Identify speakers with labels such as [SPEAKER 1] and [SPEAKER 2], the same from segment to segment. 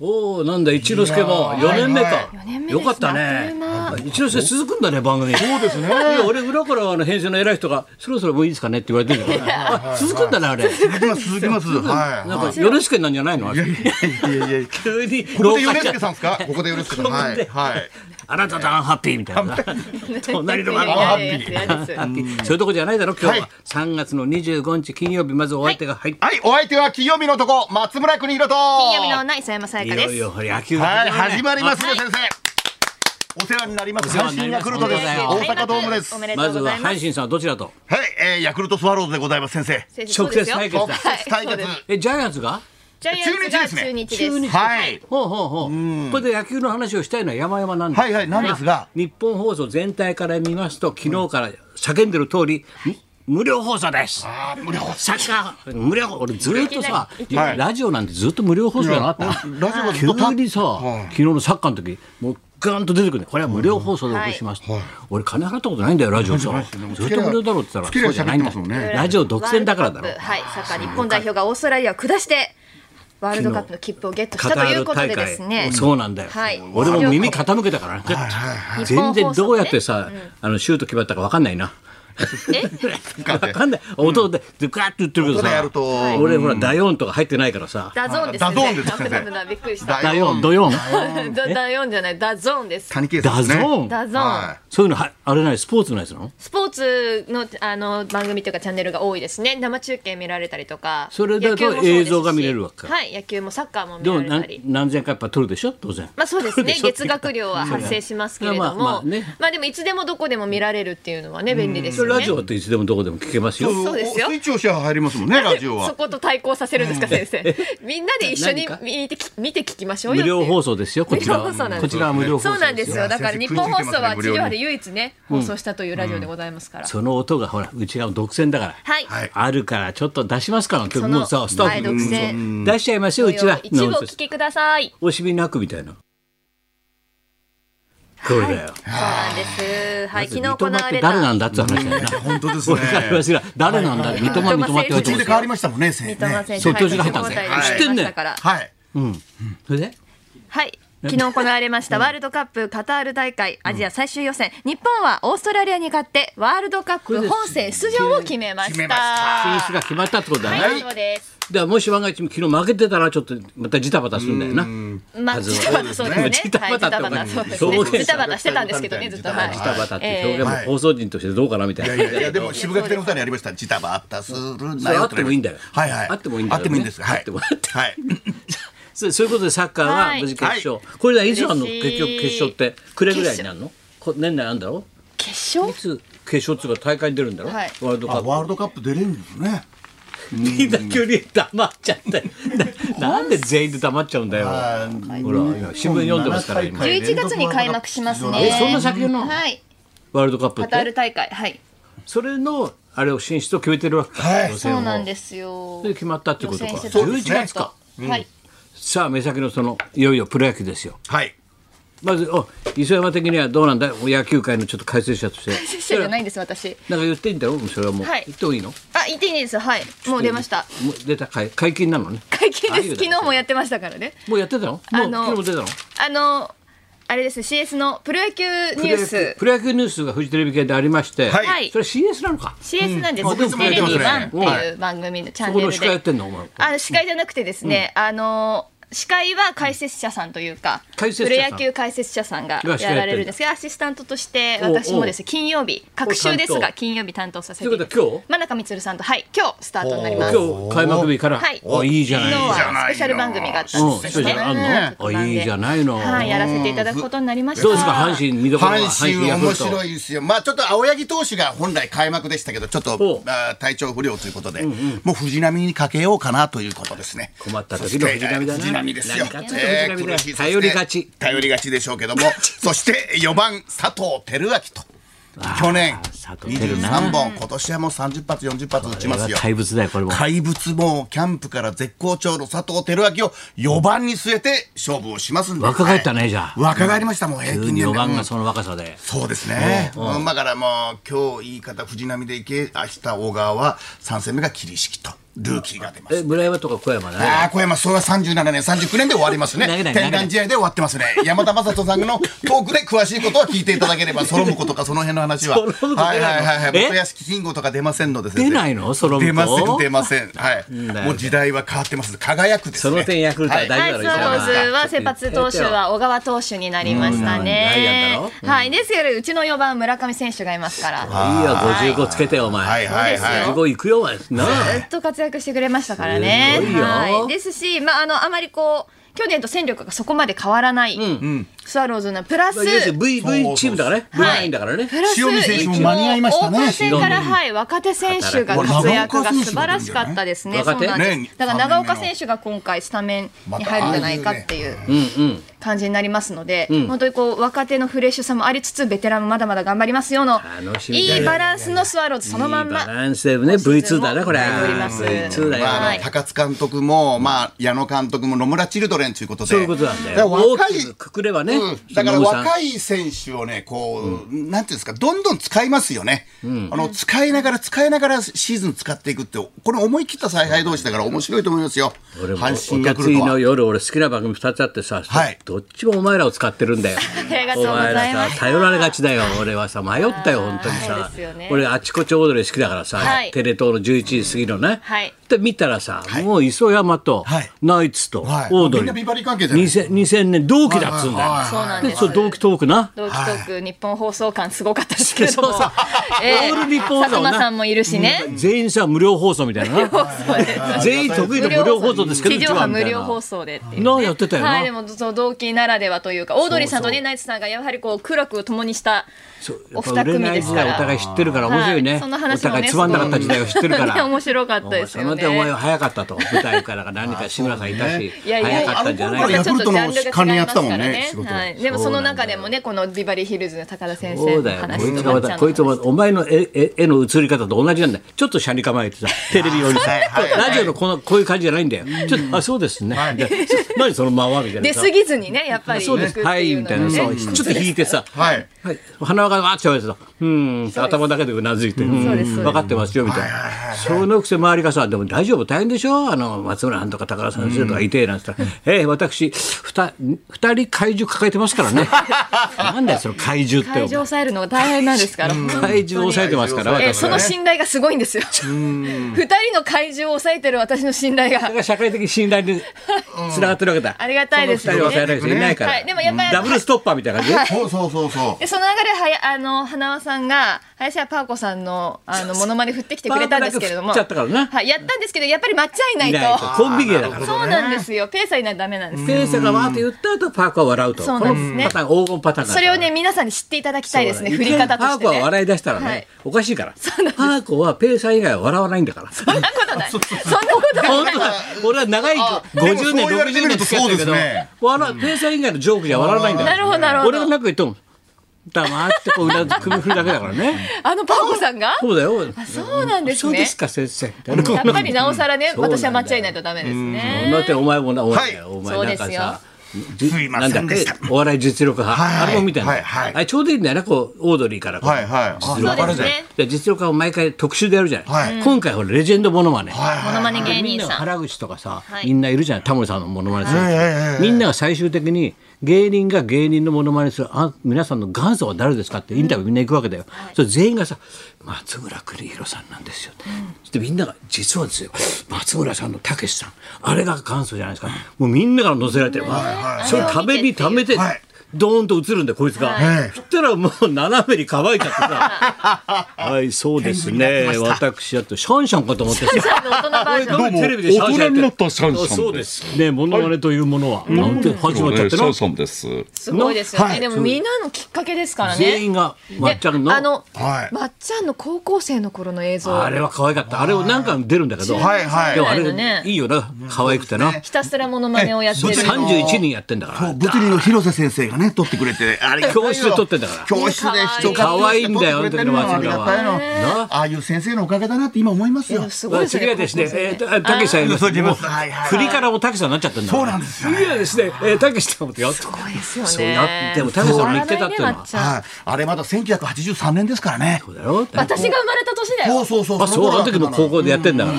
[SPEAKER 1] おおなんだ一之輔も四年目か
[SPEAKER 2] 四年目です
[SPEAKER 1] よかった
[SPEAKER 2] あっとい
[SPEAKER 1] ね
[SPEAKER 2] う間
[SPEAKER 1] 一之輔続くんだね番組そうですねいや俺裏からあの編成の偉い人がそろそろもういいですかねって言われてるけどあ続くんだねあ れ
[SPEAKER 3] 続きます続きますはい
[SPEAKER 1] なん
[SPEAKER 3] は
[SPEAKER 1] か米助なんじゃないのあれ
[SPEAKER 3] いいやいやいやいや
[SPEAKER 1] 急に
[SPEAKER 3] ここで
[SPEAKER 1] 廊下
[SPEAKER 3] 米
[SPEAKER 1] じゃ
[SPEAKER 3] 助さんですかここで米助さんはいはい
[SPEAKER 1] あなたとアンハッピーみたいな隣の番組
[SPEAKER 2] やいやいやいや
[SPEAKER 1] ハッピーそういうとこじゃないだろ今日
[SPEAKER 3] は
[SPEAKER 1] はい3月の25日金曜日まずお相手がはい
[SPEAKER 3] はいお相手は金曜日の男松村邦弘と
[SPEAKER 2] 金曜日の女磯山さや
[SPEAKER 1] い
[SPEAKER 2] かで
[SPEAKER 1] よ
[SPEAKER 2] す
[SPEAKER 1] いよ野球が
[SPEAKER 3] はい
[SPEAKER 1] 始
[SPEAKER 3] 始
[SPEAKER 1] ま
[SPEAKER 3] ま
[SPEAKER 1] るね
[SPEAKER 3] りますね先生お世話になります
[SPEAKER 1] 世話
[SPEAKER 3] 阪
[SPEAKER 1] になります
[SPEAKER 3] 神ヤクルトです
[SPEAKER 1] 本
[SPEAKER 3] 大阪ドームです
[SPEAKER 2] お
[SPEAKER 3] は
[SPEAKER 2] め
[SPEAKER 3] い
[SPEAKER 2] でと
[SPEAKER 1] ま
[SPEAKER 2] う
[SPEAKER 1] ず
[SPEAKER 2] ご
[SPEAKER 1] は
[SPEAKER 2] ざいます
[SPEAKER 1] 阪神さんはどちらと
[SPEAKER 3] えーヤクルトスワローズでございます先生
[SPEAKER 2] 先生
[SPEAKER 1] 直接
[SPEAKER 2] そう
[SPEAKER 1] 対決
[SPEAKER 2] ですよ
[SPEAKER 1] だ
[SPEAKER 3] 直接対
[SPEAKER 2] そ
[SPEAKER 3] 決
[SPEAKER 2] うです
[SPEAKER 1] えジャイアンツが
[SPEAKER 2] ジャイアンツが中日です
[SPEAKER 1] 中日
[SPEAKER 3] はい
[SPEAKER 1] ほうほうほうこれで野球の話をしたいのは山々なんです
[SPEAKER 3] はいはいなんですが
[SPEAKER 1] 日本放送全体から見ますと昨日から叫んでる通り、無無料放送です
[SPEAKER 3] あー無料
[SPEAKER 1] サッカー無料俺ずっとさ、
[SPEAKER 3] はい
[SPEAKER 1] ラジオなんてずっと無料放送じゃなかっ
[SPEAKER 3] いやラジオがずっと
[SPEAKER 1] た急にさ、昨日のサッカーの時もうガーンと出てくるねこれは無料放送でお送りします、俺金払ったことないんだよラジオさずっと無料だろうって言ったら
[SPEAKER 3] 付き
[SPEAKER 1] そ
[SPEAKER 3] 合
[SPEAKER 1] う
[SPEAKER 3] い
[SPEAKER 1] じゃ
[SPEAKER 3] 付き
[SPEAKER 1] な
[SPEAKER 3] 合
[SPEAKER 1] い
[SPEAKER 3] い
[SPEAKER 1] んだ
[SPEAKER 3] 喋ってますもんね
[SPEAKER 1] ラジオ独占だからだろ
[SPEAKER 2] ワールドカップはい、サッカー日本代表がオーストラリアを下してワールドカップの切符をゲットし
[SPEAKER 1] カ
[SPEAKER 2] た
[SPEAKER 1] タ
[SPEAKER 2] とい
[SPEAKER 1] ー
[SPEAKER 2] う
[SPEAKER 1] ル
[SPEAKER 2] こと
[SPEAKER 1] 大
[SPEAKER 2] でですね
[SPEAKER 1] 会、そうなんだよ、
[SPEAKER 2] はい
[SPEAKER 1] 俺も耳傾けたからね、
[SPEAKER 2] 日本
[SPEAKER 1] 全
[SPEAKER 2] 放送ね
[SPEAKER 1] 然どうやってさ、あのシュート決まったか分かんないな。
[SPEAKER 3] カー で
[SPEAKER 1] 分かんない音でドカッて言ってるけど
[SPEAKER 3] 音でや
[SPEAKER 1] さ
[SPEAKER 3] るとはい
[SPEAKER 1] 俺ほらダヨーンとか入ってないからさ
[SPEAKER 2] ダゾーンですね
[SPEAKER 3] ダゾーンですね
[SPEAKER 2] 危ない危ないびっくりした
[SPEAKER 3] だ
[SPEAKER 1] ダヨーンドヨーン
[SPEAKER 2] ダダヨーンじゃないダゾーンです
[SPEAKER 3] 谷圭さん
[SPEAKER 1] ダ
[SPEAKER 3] です
[SPEAKER 1] ゾ
[SPEAKER 3] ね
[SPEAKER 1] ーン
[SPEAKER 2] ダゾーン、
[SPEAKER 3] は
[SPEAKER 1] そういうのはあれないスポーツのやつなの
[SPEAKER 2] スポーツのあの番組というかチャンネルが多いですね生中継見られたりとか
[SPEAKER 1] それだと
[SPEAKER 2] 野球もそうですし
[SPEAKER 1] 映像が見れるわけか
[SPEAKER 2] はい野球もサッカーも見
[SPEAKER 1] でも
[SPEAKER 2] られた
[SPEAKER 1] 何
[SPEAKER 2] り
[SPEAKER 1] 何千回やっぱ取るでしょ当然
[SPEAKER 2] まあそうですね
[SPEAKER 1] しょ
[SPEAKER 2] 月額料は発生しますけれども、
[SPEAKER 1] ま
[SPEAKER 2] ま
[SPEAKER 1] あ
[SPEAKER 2] あ
[SPEAKER 1] まあまあね
[SPEAKER 2] でもいつでもどこでも見られるっていうのはね便利ですよ
[SPEAKER 1] ラ
[SPEAKER 2] ね
[SPEAKER 1] ジオっていつでもどこでも聞けますよ
[SPEAKER 2] そうですよ
[SPEAKER 3] スイッチ押しは入りますもんねラジオ
[SPEAKER 2] そ
[SPEAKER 3] は
[SPEAKER 2] こと対抗させるんですか 先生みんなで一緒
[SPEAKER 1] 何
[SPEAKER 2] に
[SPEAKER 1] か
[SPEAKER 2] 見てき見て聞きましょう
[SPEAKER 1] 無
[SPEAKER 2] よっ
[SPEAKER 1] 料
[SPEAKER 2] て
[SPEAKER 1] 放送ですよこちら
[SPEAKER 2] 無料放送なんで
[SPEAKER 1] は
[SPEAKER 2] す
[SPEAKER 1] こちらは無料放
[SPEAKER 2] そう
[SPEAKER 1] 送
[SPEAKER 2] なん
[SPEAKER 1] で
[SPEAKER 2] ですす
[SPEAKER 3] い
[SPEAKER 2] よ
[SPEAKER 3] や
[SPEAKER 2] だから
[SPEAKER 3] 先生
[SPEAKER 2] 日本放送は
[SPEAKER 3] 食いついてますね
[SPEAKER 2] 地上波で唯一ね放送したというラジオでございますから、
[SPEAKER 1] その音がほらうちが独占だから
[SPEAKER 2] はい、
[SPEAKER 3] はい
[SPEAKER 1] あるからちょっと出しますから今日
[SPEAKER 2] その
[SPEAKER 1] もうさスタ
[SPEAKER 2] はい
[SPEAKER 1] ッ
[SPEAKER 2] 独
[SPEAKER 1] フ
[SPEAKER 2] 占
[SPEAKER 1] に出しちゃいますようちは
[SPEAKER 2] 一部お聞きください
[SPEAKER 1] 惜しみなくみたいなこれだよ
[SPEAKER 2] そうなんですはい昨日
[SPEAKER 1] 三
[SPEAKER 2] 行
[SPEAKER 1] 笘っ
[SPEAKER 2] わ
[SPEAKER 1] て
[SPEAKER 2] れ
[SPEAKER 1] 誰
[SPEAKER 2] た
[SPEAKER 1] なんだって話だよな
[SPEAKER 3] 本当です
[SPEAKER 1] 俺から言わせりゃ誰なんだ三笘三笘って言われ
[SPEAKER 3] 途
[SPEAKER 1] て
[SPEAKER 3] 中
[SPEAKER 1] も
[SPEAKER 3] で変わりましたもんね先
[SPEAKER 2] 三
[SPEAKER 3] 生
[SPEAKER 2] 笘
[SPEAKER 3] ね
[SPEAKER 2] 選手
[SPEAKER 1] そう教授が入ったんだよ
[SPEAKER 2] はい
[SPEAKER 3] 知
[SPEAKER 1] ってんね
[SPEAKER 2] 入りましたから
[SPEAKER 3] はい
[SPEAKER 1] それで
[SPEAKER 2] はい。昨日行われましたワールドカップカタール大会アジア最終予選、日本はオーストラリアに勝ってワールドカップ本戦出場を決めました。
[SPEAKER 3] 決めました
[SPEAKER 1] 選手が決まったってことだね、
[SPEAKER 2] はい、そうです。
[SPEAKER 1] だからもし万が一昨日負けてたらちょっとまたジタバタするんだよな。
[SPEAKER 2] まあ、
[SPEAKER 1] 数
[SPEAKER 2] ジ
[SPEAKER 1] は
[SPEAKER 2] タバタそうですね。
[SPEAKER 1] ジタバタってお前
[SPEAKER 2] はいジタバタそうです
[SPEAKER 1] 表現者
[SPEAKER 2] ね。ジタバタしてたんですけどね、ずっと。はい。
[SPEAKER 1] ジタバタっていう表
[SPEAKER 2] え
[SPEAKER 1] 現も
[SPEAKER 3] はい
[SPEAKER 1] 放送人としてどうかなみたい
[SPEAKER 3] い
[SPEAKER 1] な。
[SPEAKER 3] やいやいやでも渋垣手の歌にありましたジタバタする
[SPEAKER 1] そ
[SPEAKER 3] な
[SPEAKER 1] れあ
[SPEAKER 3] よ
[SPEAKER 1] ってもいいんだよ。
[SPEAKER 3] はいはい
[SPEAKER 1] あってもいいんだよ、
[SPEAKER 3] あってもいいんです
[SPEAKER 1] あ
[SPEAKER 3] は
[SPEAKER 1] っ
[SPEAKER 3] い
[SPEAKER 1] ても
[SPEAKER 3] はい
[SPEAKER 1] そうそういうことでサッカーは
[SPEAKER 2] はい
[SPEAKER 1] 無事決勝。これはいつあんの
[SPEAKER 2] 嬉
[SPEAKER 1] 結
[SPEAKER 2] しい
[SPEAKER 1] 局決勝ってくれぐらいになるの？こ年内あんだろ？
[SPEAKER 2] ー決
[SPEAKER 1] い
[SPEAKER 2] 勝
[SPEAKER 1] つ決勝っつうか大会に出るんだろ？
[SPEAKER 2] はい
[SPEAKER 1] ワールドカ
[SPEAKER 3] あ
[SPEAKER 1] ップ。
[SPEAKER 3] ワールドカップ出れるんですね
[SPEAKER 1] みんな急に黙っちゃって。 ななんで全員で黙っちゃうんだよ。
[SPEAKER 3] あ
[SPEAKER 1] ほら今新聞読んでますから今。
[SPEAKER 2] 11月に開幕しますね。
[SPEAKER 1] えそんな先なの
[SPEAKER 2] はい。
[SPEAKER 1] ワールドカップっ
[SPEAKER 2] カター
[SPEAKER 1] て
[SPEAKER 2] ル。大会。はい。
[SPEAKER 1] それのあれを進出を決めてるわけか。
[SPEAKER 3] はい
[SPEAKER 1] 予選を
[SPEAKER 2] そうなんですよ。
[SPEAKER 1] で決まったってことか
[SPEAKER 2] 予選して
[SPEAKER 3] そうですね
[SPEAKER 1] 11月か。
[SPEAKER 2] はい。
[SPEAKER 1] さあ目先のそのいよいよプロ野球ですよ
[SPEAKER 3] はい
[SPEAKER 1] まずお磯山的にはどうなんだ野球界のちょっと解説者として
[SPEAKER 2] 先生じゃないんです、私。
[SPEAKER 1] なんか言っていいんだろうそれはもう、
[SPEAKER 2] はい
[SPEAKER 1] 言ってもいいの
[SPEAKER 2] あ、言っていいです。はい。もう出ました。
[SPEAKER 1] もう出た解解禁なのね
[SPEAKER 2] 解禁
[SPEAKER 1] あ
[SPEAKER 2] で
[SPEAKER 1] り
[SPEAKER 2] す。
[SPEAKER 1] がとう
[SPEAKER 2] 昨日もやってましたからね。
[SPEAKER 1] もうやってたのもう
[SPEAKER 2] あ
[SPEAKER 1] 昨
[SPEAKER 2] の
[SPEAKER 1] 日も出たの
[SPEAKER 2] あのあれです CS のプロ野球ニュース
[SPEAKER 1] プロ野球ニュースがフジテレビ系でありまして、
[SPEAKER 3] はい
[SPEAKER 2] はい
[SPEAKER 1] それ CS なのか
[SPEAKER 2] CS なんです、
[SPEAKER 1] うんあでも
[SPEAKER 2] フジテレビ
[SPEAKER 3] 出てますね
[SPEAKER 2] 1っていう番組のチャ
[SPEAKER 1] そ
[SPEAKER 2] ン
[SPEAKER 1] こ
[SPEAKER 2] ネル
[SPEAKER 1] の
[SPEAKER 2] で
[SPEAKER 1] 司会やってんのお前
[SPEAKER 2] あ司会じゃなくてですね、あの司会は解説者さんというかプ
[SPEAKER 1] 解
[SPEAKER 2] ロ
[SPEAKER 1] 説者さん
[SPEAKER 2] 野球解説者さんが
[SPEAKER 1] が司会やってんだ
[SPEAKER 2] やられるんですけどアシスタントとして
[SPEAKER 1] おう
[SPEAKER 2] 私もですね金曜日各週です
[SPEAKER 1] これ担
[SPEAKER 2] が
[SPEAKER 1] 当
[SPEAKER 2] 金曜日担当させ
[SPEAKER 1] と
[SPEAKER 2] て
[SPEAKER 1] いうことは今日
[SPEAKER 2] 真中光さんとはい今日スタートになりま
[SPEAKER 1] 今
[SPEAKER 2] す
[SPEAKER 1] 日開幕日から、
[SPEAKER 2] はい
[SPEAKER 1] あいいじゃない
[SPEAKER 2] 昨日
[SPEAKER 3] いいじゃないの
[SPEAKER 2] はスペシャル番組があったん
[SPEAKER 1] うん
[SPEAKER 2] で
[SPEAKER 1] そ
[SPEAKER 2] す
[SPEAKER 1] うじ
[SPEAKER 2] ね
[SPEAKER 1] ゃないの、
[SPEAKER 2] うん
[SPEAKER 1] あいいじゃないの、
[SPEAKER 2] はいやらせていただくことになりました
[SPEAKER 1] どうですか阪神見どころは
[SPEAKER 3] 阪神
[SPEAKER 1] ヤク
[SPEAKER 3] 面
[SPEAKER 1] ルト
[SPEAKER 3] 白いですよ、まあ、ちょっと青柳投手が本来開幕でしたけど、ちょっ
[SPEAKER 1] おう
[SPEAKER 3] とあー体調不良ということで、もう藤浪にかけようかなということですね。
[SPEAKER 1] 困った時の藤浪だな
[SPEAKER 3] そして藤浪ですよ
[SPEAKER 1] 何かあった時の藤
[SPEAKER 3] え
[SPEAKER 1] 浪だよ
[SPEAKER 3] ー苦しいそして
[SPEAKER 1] 頼りがち
[SPEAKER 3] 頼りがちでしょ うけども、そして4番、佐藤輝明と。去年
[SPEAKER 1] 佐藤輝な
[SPEAKER 3] 23本、今年はもう30発、40発打ちますよ。
[SPEAKER 1] 怪物だよこれも
[SPEAKER 3] 怪物もキャンプから絶好調の佐藤輝明を4番に据えて勝負をしますんで
[SPEAKER 1] 若返ったねじゃあ
[SPEAKER 3] 若返りましたもん平
[SPEAKER 1] 急
[SPEAKER 3] 均年
[SPEAKER 1] に
[SPEAKER 3] 齢
[SPEAKER 1] 4番がその若さで
[SPEAKER 3] そうですね、うんだからもう今日言い方藤浪でいけ明日小川は3戦目が桐敷とルーキーが出ま
[SPEAKER 1] え
[SPEAKER 3] す。
[SPEAKER 1] 村山とか小山ね。
[SPEAKER 3] ああ、小山、それは37年、39年で終わりますね。
[SPEAKER 1] 投げない
[SPEAKER 3] 天覧試合で終わってますね。山田雅人さんのトークで詳しいことは聞いていただければ、ソロムコとかその辺の話は。
[SPEAKER 1] ソロムコ出な
[SPEAKER 3] はいい
[SPEAKER 1] の
[SPEAKER 3] はいはいはい。
[SPEAKER 1] え
[SPEAKER 3] 元屋敷金吾とか出ませんので、先生
[SPEAKER 1] 出ないのソロムコ
[SPEAKER 3] 出ません、出ません。はい。
[SPEAKER 1] なるほど
[SPEAKER 3] もう時代は変わってます。輝くですね。
[SPEAKER 1] その点ヤクルトは大
[SPEAKER 2] は
[SPEAKER 1] 丈
[SPEAKER 2] い、ス
[SPEAKER 1] 夫
[SPEAKER 2] ワ
[SPEAKER 1] だ
[SPEAKER 2] ロ
[SPEAKER 1] ろ
[SPEAKER 2] ーズは先発投手は小川投手になりましたね
[SPEAKER 1] うんライアンだろ。
[SPEAKER 2] はい、ですけど、うちの4番村上選手がいますから、
[SPEAKER 1] いいよ、55つけてよ、お前。
[SPEAKER 3] はいはいはい。
[SPEAKER 2] そうですよ
[SPEAKER 1] 55行くよ、お前。な
[SPEAKER 2] ずっと活躍してくれましたからね。
[SPEAKER 1] すごいよ
[SPEAKER 2] はい、ですし、まあ、あの、あまりこう、去年と戦力がそこまで変わらない、スワローズのプラス、
[SPEAKER 1] あ。要するに V、V チームだからね。
[SPEAKER 2] はい
[SPEAKER 1] V だからね。
[SPEAKER 2] プラス
[SPEAKER 3] 塩見選手も間に合いましたね
[SPEAKER 2] 一応オープン戦から、
[SPEAKER 1] 塩見
[SPEAKER 2] はい、若手選手が活躍が素晴らしかったですね。
[SPEAKER 1] 若
[SPEAKER 2] そ
[SPEAKER 1] 手
[SPEAKER 2] うなんです
[SPEAKER 3] ね
[SPEAKER 2] だから長岡選手が今回スタメンに入るんじゃないかっていう感じになりますので、本当にこう若手のフレッシュさもありつつ、ベテランもまだまだ頑張りますよの
[SPEAKER 1] 楽しみだよ
[SPEAKER 2] いいバランスのスワローズそのまん
[SPEAKER 1] いいバ
[SPEAKER 2] ま。
[SPEAKER 1] ランスでね、V2 だね、これ。
[SPEAKER 2] 戻ります
[SPEAKER 1] 2だよ。
[SPEAKER 3] まあ
[SPEAKER 2] は
[SPEAKER 3] あ
[SPEAKER 2] い
[SPEAKER 3] の、高津監督も、まあ、矢野監督も野村チルドレンということで。
[SPEAKER 1] そういうことなんだよ
[SPEAKER 3] から若
[SPEAKER 1] 大
[SPEAKER 3] い
[SPEAKER 1] きくくくればね
[SPEAKER 3] うんだか
[SPEAKER 1] 野
[SPEAKER 3] ら
[SPEAKER 1] 村さん
[SPEAKER 3] 若い選手をね、こう、なんていうんですか、どんどん使いますよね。あの、使いながら、使いながらシーズン使っていくって、これ思い切った采配同士だから面白いと思いますよ。
[SPEAKER 1] 俺も
[SPEAKER 3] 阪
[SPEAKER 1] お
[SPEAKER 3] 神ヤク
[SPEAKER 1] 客
[SPEAKER 3] ルト
[SPEAKER 1] いの
[SPEAKER 3] は。
[SPEAKER 1] 夜俺好きな番組2つあってさ、
[SPEAKER 3] はい
[SPEAKER 1] どっちもお前らを使ってるんだよ
[SPEAKER 2] ありがとうござ
[SPEAKER 1] お
[SPEAKER 2] います
[SPEAKER 1] 前らさ頼られがちだよ俺はさ迷ったよ本当に
[SPEAKER 2] そう
[SPEAKER 1] さ、
[SPEAKER 2] ですよね
[SPEAKER 1] 俺あちこちオードリー好きだからさ、
[SPEAKER 2] はい
[SPEAKER 1] テレ東の11時過ぎのね、
[SPEAKER 2] はい
[SPEAKER 1] で見たらさ、もう磯山と、
[SPEAKER 3] はい
[SPEAKER 1] ナイツと、
[SPEAKER 3] はい
[SPEAKER 1] オードリ
[SPEAKER 3] みん
[SPEAKER 1] ー
[SPEAKER 3] なビバリー関係じゃない
[SPEAKER 1] 2000, 2000年同期だっつうんだよ、
[SPEAKER 3] はいはいはい
[SPEAKER 2] そうなんです
[SPEAKER 1] そう同期トークな
[SPEAKER 2] 同期トーク、日本放送館すごかったですけれども、
[SPEAKER 1] そうそう
[SPEAKER 2] え
[SPEAKER 1] オール日
[SPEAKER 2] ー
[SPEAKER 1] 本放送な
[SPEAKER 2] 佐久間さんもいるしね。
[SPEAKER 1] 全員さ無料放送みたいなな
[SPEAKER 2] そうです
[SPEAKER 1] 全員得意で無料放送ですけど
[SPEAKER 2] 地上波無
[SPEAKER 1] うちはみたい
[SPEAKER 2] 料
[SPEAKER 1] な
[SPEAKER 2] 放送でっていう、
[SPEAKER 1] なあやってたよな
[SPEAKER 2] はいでもその同期ならではというかオードリーさんとねナイツさんがやはりこう苦楽を共にした
[SPEAKER 1] そう
[SPEAKER 2] お二組ですか
[SPEAKER 1] やっ
[SPEAKER 2] ら
[SPEAKER 1] ぱ売れない時代お互い知ってるから面白いね、
[SPEAKER 2] はいその話
[SPEAKER 1] お
[SPEAKER 2] も
[SPEAKER 1] 互
[SPEAKER 2] ね
[SPEAKER 1] いつまんなかった時代を知ってるか
[SPEAKER 2] ね
[SPEAKER 1] ら
[SPEAKER 2] 面白かったですよね
[SPEAKER 1] お前その点お前は早かったと舞台から何か志村さんいたし、
[SPEAKER 2] いやいや
[SPEAKER 1] 早かったんじゃない
[SPEAKER 3] あの頃から
[SPEAKER 1] か
[SPEAKER 3] ヤクルトの関連やってたもんね仕事
[SPEAKER 2] はい、でもその中でもねこのビバリーヒルズの高田先
[SPEAKER 1] そ
[SPEAKER 2] 生
[SPEAKER 1] う
[SPEAKER 2] の
[SPEAKER 1] だよこい
[SPEAKER 2] 話
[SPEAKER 1] つ
[SPEAKER 2] と
[SPEAKER 1] が
[SPEAKER 2] か
[SPEAKER 1] またこいつもお前の絵絵絵の映り方と同じなんだよちょっとシャに構えてさテレビよりさ
[SPEAKER 3] はいはいはい
[SPEAKER 1] ラジオのこのこういう感じじゃないんだよちょっとあそうですね、で何その間はみたいな
[SPEAKER 2] 出
[SPEAKER 1] さ
[SPEAKER 2] 過ぎずにねやっぱり
[SPEAKER 1] そうで
[SPEAKER 2] 行
[SPEAKER 1] す
[SPEAKER 2] くっ
[SPEAKER 1] は
[SPEAKER 2] て
[SPEAKER 1] い
[SPEAKER 2] いう
[SPEAKER 1] み
[SPEAKER 2] の
[SPEAKER 1] たい
[SPEAKER 2] も
[SPEAKER 1] な
[SPEAKER 2] ね
[SPEAKER 1] そうちょっと引いてさ
[SPEAKER 3] はい。
[SPEAKER 1] はい、鼻がわーって言われてさ、うーん、頭だけでうなずいて、う
[SPEAKER 2] そうですそ
[SPEAKER 1] ーん、
[SPEAKER 2] うです
[SPEAKER 1] 分かってますよみたいな。そのくせ周りがさ、でも大丈夫、大変でしょあの、松村さんとか高田さんとかいて、なんつったら、ええ、私、ふた、二人怪獣抱えてますからね。なんだよ、その怪獣って
[SPEAKER 2] 会
[SPEAKER 1] お前。
[SPEAKER 2] 場抑えるのが大変なんですから、
[SPEAKER 1] 怪獣を抑えてますから、
[SPEAKER 2] えー
[SPEAKER 1] 私
[SPEAKER 2] そ
[SPEAKER 1] は
[SPEAKER 2] の
[SPEAKER 1] ね。
[SPEAKER 2] 信頼がすごいんですよ。二人の怪獣を抑えてる私の信頼
[SPEAKER 1] そ
[SPEAKER 2] が
[SPEAKER 1] れ。が社会的信頼につながってるわけだ。
[SPEAKER 2] ありがたいです
[SPEAKER 1] そ
[SPEAKER 2] ね
[SPEAKER 1] の二人を抑えられる人いないか
[SPEAKER 2] は
[SPEAKER 1] ら
[SPEAKER 2] い。でもやっぱり
[SPEAKER 1] ダブルストッパーみたいな感じで。
[SPEAKER 3] そうそうそうそう。
[SPEAKER 2] でその流れはやあの花輪さんが林家パー子さんのあのモノマネ振ってきてくれたんですけれども、
[SPEAKER 1] パー子だけ振っちゃったからね
[SPEAKER 2] はい、やったんですけどやっぱり抹茶いない
[SPEAKER 1] い
[SPEAKER 2] と。
[SPEAKER 1] ないとコンビ芸だから。
[SPEAKER 2] そうなんですよ。ペーサーいないとダメなんです。
[SPEAKER 1] ペースがわーって言った後、パークは笑うと。
[SPEAKER 2] そうなんですね
[SPEAKER 1] このパターン、黄金パターンなんだ
[SPEAKER 2] それをね皆さんに知っていただきたいですね。
[SPEAKER 1] そう
[SPEAKER 2] 振り方と
[SPEAKER 1] パー
[SPEAKER 2] し
[SPEAKER 1] コ
[SPEAKER 2] て
[SPEAKER 1] は
[SPEAKER 2] ね。
[SPEAKER 1] 笑い出したらね、
[SPEAKER 2] はい
[SPEAKER 1] おかしいから。パーコはペーさん以外は笑わないんだから。
[SPEAKER 2] そんなことない。そんなことない。
[SPEAKER 1] 本当だ。俺は長い
[SPEAKER 3] でも
[SPEAKER 1] 50年
[SPEAKER 3] そう言われて
[SPEAKER 1] 60年
[SPEAKER 3] みると
[SPEAKER 1] 付き合ってるけど、
[SPEAKER 3] そうですね
[SPEAKER 1] 笑うペーさん以外のジョークじゃ笑わないんだよ。
[SPEAKER 2] なるほどなるほど
[SPEAKER 1] 俺がなんか言っても黙ってこう裏首振るだけだからね。
[SPEAKER 2] あのパー子さんが。
[SPEAKER 1] そうだよ。
[SPEAKER 2] そうなんです
[SPEAKER 1] そうで
[SPEAKER 2] ね
[SPEAKER 1] す。か先生。
[SPEAKER 2] やっぱりなおさらね、
[SPEAKER 1] そうなんだよ
[SPEAKER 2] 私は抹茶いないとダメですね。
[SPEAKER 1] だってお前もなお前だよ、
[SPEAKER 3] はい
[SPEAKER 1] お前なんかさ。す
[SPEAKER 3] すいませんでした
[SPEAKER 1] お笑い実力派、
[SPEAKER 3] は
[SPEAKER 1] あ
[SPEAKER 3] い
[SPEAKER 1] れもみたいな、
[SPEAKER 3] はいはい
[SPEAKER 1] あれちょうどいいんだよねこうオードリーからこう、
[SPEAKER 3] はいはい。あ
[SPEAKER 2] 力
[SPEAKER 3] あれ
[SPEAKER 2] そうですね
[SPEAKER 1] で実力派を毎回特集でやるじゃない、
[SPEAKER 3] はい
[SPEAKER 1] 今回ほらレジェンドものまね、
[SPEAKER 2] モノマネ芸
[SPEAKER 1] みん
[SPEAKER 2] 人
[SPEAKER 1] なが
[SPEAKER 2] さん。
[SPEAKER 1] 原口とかさ、
[SPEAKER 2] はい
[SPEAKER 1] みんないるじゃないタモリさんのものまねする人、
[SPEAKER 3] はい
[SPEAKER 1] みんなが最終的に芸人が芸人のものまねするあ皆さんの元祖は誰ですかってインタビューみんな行くわけだよ、それ全員がさ松村邦弘さんなんですよ、そしてみんなが実はですよ松村さんのたけしさんあれが元祖じゃないですか、もうみんなから載せられてる、それ食べに貯めて、
[SPEAKER 3] はい
[SPEAKER 1] ドーンと映るんだよこいつが、
[SPEAKER 3] はい
[SPEAKER 1] そしたらもう斜めに乾いちゃって さ「はいそうですね私だとシャンシャンかと思ってさ
[SPEAKER 2] あの大人バージョン。
[SPEAKER 1] どうもテレビでシャンシャンやっ
[SPEAKER 4] 大人
[SPEAKER 1] て
[SPEAKER 4] になったシャンシャンです
[SPEAKER 1] そうですねモノマネというものはなんて始まっちゃってな
[SPEAKER 4] そうそうです。
[SPEAKER 2] すごいですよね、
[SPEAKER 3] はい
[SPEAKER 2] でもみんなのきっかけですからね
[SPEAKER 1] 全員がまっちゃんの
[SPEAKER 2] えあの、
[SPEAKER 3] はい
[SPEAKER 2] まっちゃんの高校生の頃の映像
[SPEAKER 1] あれは可愛かったあれを何回も出るんだけど
[SPEAKER 3] はいはい
[SPEAKER 1] でもあ
[SPEAKER 2] そうだよね
[SPEAKER 1] れいいよな可愛くてな
[SPEAKER 2] ひたすらモノマネをやって
[SPEAKER 3] そう
[SPEAKER 2] る
[SPEAKER 3] ですね
[SPEAKER 1] 31人やってんだから
[SPEAKER 3] 物理の広瀬先生がね、撮ってくれて、ありがたいよ
[SPEAKER 1] 教室で撮ってんだから
[SPEAKER 3] 教室で人
[SPEAKER 1] 可愛いんだよ
[SPEAKER 3] 撮ってくれてるのはありがたいの。
[SPEAKER 1] な
[SPEAKER 3] ああいう先生のおかげだなって今思いますよ。
[SPEAKER 2] すごいですね
[SPEAKER 1] 次はですね、
[SPEAKER 2] 高校生
[SPEAKER 1] えーと、あたけしさんいます。
[SPEAKER 3] そう
[SPEAKER 1] もう
[SPEAKER 3] はいはい
[SPEAKER 1] 振りからもたけしさんになっちゃったんだから。
[SPEAKER 3] そうなんですよね
[SPEAKER 1] 次はですね、えーたけしさんもやっと。
[SPEAKER 2] そうですよね
[SPEAKER 1] そうやっても田口さんも言ってたっていうのは
[SPEAKER 2] 終わらないね
[SPEAKER 3] はい。あれまだ1983年ですからね。
[SPEAKER 1] だろ
[SPEAKER 2] まっちゃん私が生まれた年だ
[SPEAKER 3] そう
[SPEAKER 2] よ
[SPEAKER 3] そうそう。
[SPEAKER 1] あ、そう、あの時も高校でやってんだから。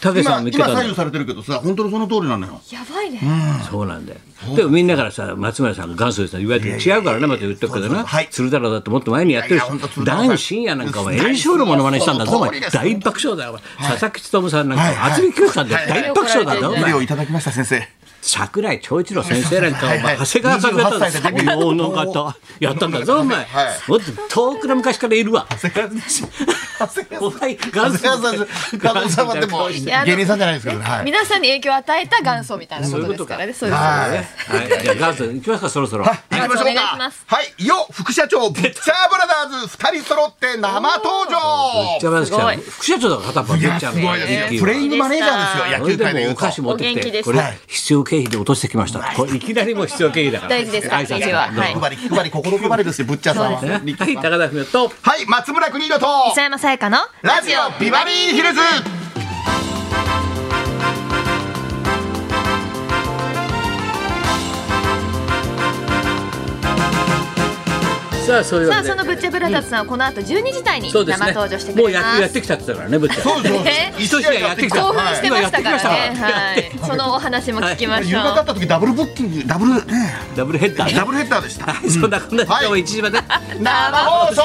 [SPEAKER 1] たけしさ
[SPEAKER 3] 今
[SPEAKER 1] んも言って
[SPEAKER 3] 今
[SPEAKER 1] たんだ
[SPEAKER 3] 左
[SPEAKER 1] よ
[SPEAKER 3] 右されてるけどさ、本当にその通りなのよ。
[SPEAKER 2] やばいね
[SPEAKER 1] そうなんだよ。でもみんなからさ、松村さんが元祖ですね。言われて違うからね、また言っとくけど
[SPEAKER 3] そうそう
[SPEAKER 1] な。
[SPEAKER 3] はい
[SPEAKER 1] 鶴太郎だってもっと前にやってる
[SPEAKER 3] いやいやほんと
[SPEAKER 1] し、
[SPEAKER 3] 鶴太郎さん
[SPEAKER 1] 男深夜なんかは炎症のものまねしたんだぞ、お
[SPEAKER 3] そうそうそ
[SPEAKER 1] 前。
[SPEAKER 3] うです
[SPEAKER 1] 大爆笑だよ、お前。佐々木勉さんなんか
[SPEAKER 3] はいはい
[SPEAKER 1] は、厚木清さんで
[SPEAKER 3] はいはい
[SPEAKER 1] 大爆笑だぞ、お
[SPEAKER 3] ビデオ
[SPEAKER 1] 前。
[SPEAKER 3] いただきました先 生。
[SPEAKER 1] 桜井長一郎先生なんかは、お
[SPEAKER 3] はい
[SPEAKER 1] 前、
[SPEAKER 3] は
[SPEAKER 1] 長
[SPEAKER 3] い
[SPEAKER 1] 谷川さんがやったんだ
[SPEAKER 3] 28歳でデビュー
[SPEAKER 1] ぞ、おの方。やったんだぞ、お前
[SPEAKER 3] はい。
[SPEAKER 1] もっと遠くの昔からいるわ。
[SPEAKER 3] 長谷川さん
[SPEAKER 1] お前、元祖。
[SPEAKER 3] 加藤さんはでも
[SPEAKER 1] い
[SPEAKER 2] や
[SPEAKER 3] 芸人さんじゃないですけどね。はい。
[SPEAKER 2] 皆さんに影響を与えた元祖みたいなことですからねそうですよね
[SPEAKER 1] はい、じゃあ元祖、行きますか、そろそろ。
[SPEAKER 3] 行きましょう
[SPEAKER 2] お願いしま
[SPEAKER 3] か
[SPEAKER 2] す。
[SPEAKER 3] はい、よ副社長ブッチャーブラザーズ二人揃って生登場。
[SPEAKER 1] じゃあ、まず来た
[SPEAKER 2] すごい
[SPEAKER 1] 副社長だから、片っぽ
[SPEAKER 3] い
[SPEAKER 1] や
[SPEAKER 3] や
[SPEAKER 1] っちゃう
[SPEAKER 3] すごいです
[SPEAKER 1] 一
[SPEAKER 3] ね。
[SPEAKER 1] 気
[SPEAKER 3] プ
[SPEAKER 1] に
[SPEAKER 3] レイングマネージャーですよ
[SPEAKER 1] そ
[SPEAKER 3] 野
[SPEAKER 1] れ
[SPEAKER 3] 球
[SPEAKER 1] で
[SPEAKER 3] 界で
[SPEAKER 1] も
[SPEAKER 3] 言
[SPEAKER 1] お
[SPEAKER 3] うと
[SPEAKER 1] 菓子持って
[SPEAKER 2] お元気
[SPEAKER 1] きて
[SPEAKER 2] です
[SPEAKER 1] これ
[SPEAKER 3] はい
[SPEAKER 1] 必要経費で落としてきましたこれいきなりもう必要経費だから
[SPEAKER 2] 大事ですから
[SPEAKER 1] 挨拶
[SPEAKER 2] 大事ははい
[SPEAKER 3] 気配り気配り心配りですよブッチャーさんは。
[SPEAKER 1] ねはい高田文夫と
[SPEAKER 3] はい、松村邦洋と
[SPEAKER 2] 磯山さやかの
[SPEAKER 3] ラジオビバリーヒルズ。
[SPEAKER 1] さあそういうわ
[SPEAKER 2] さ
[SPEAKER 1] け
[SPEAKER 2] あ
[SPEAKER 1] で
[SPEAKER 2] そのブッチャブラザーズさんはこの後12時台に
[SPEAKER 1] そ
[SPEAKER 2] 生
[SPEAKER 1] うですね
[SPEAKER 2] 登場してく
[SPEAKER 1] もう
[SPEAKER 2] れ
[SPEAKER 1] や
[SPEAKER 2] ま
[SPEAKER 1] やっ
[SPEAKER 2] す
[SPEAKER 1] てきたって言ってたからねぶっちゃ
[SPEAKER 3] そうそう
[SPEAKER 2] え。
[SPEAKER 1] 一試合やってきた
[SPEAKER 2] 興奮してましたからね
[SPEAKER 1] 今や
[SPEAKER 2] は
[SPEAKER 1] ってき
[SPEAKER 2] いそのお話も聞きま
[SPEAKER 3] 夕
[SPEAKER 2] しょう
[SPEAKER 3] 方だった時ダブルブッキングダブルね
[SPEAKER 1] ダブルヘッダー
[SPEAKER 3] ダ
[SPEAKER 1] ね
[SPEAKER 3] ブルヘッダーでした。
[SPEAKER 1] そんなこんなで
[SPEAKER 3] は
[SPEAKER 1] 今
[SPEAKER 3] い
[SPEAKER 1] 日も1時まで
[SPEAKER 3] 生放送。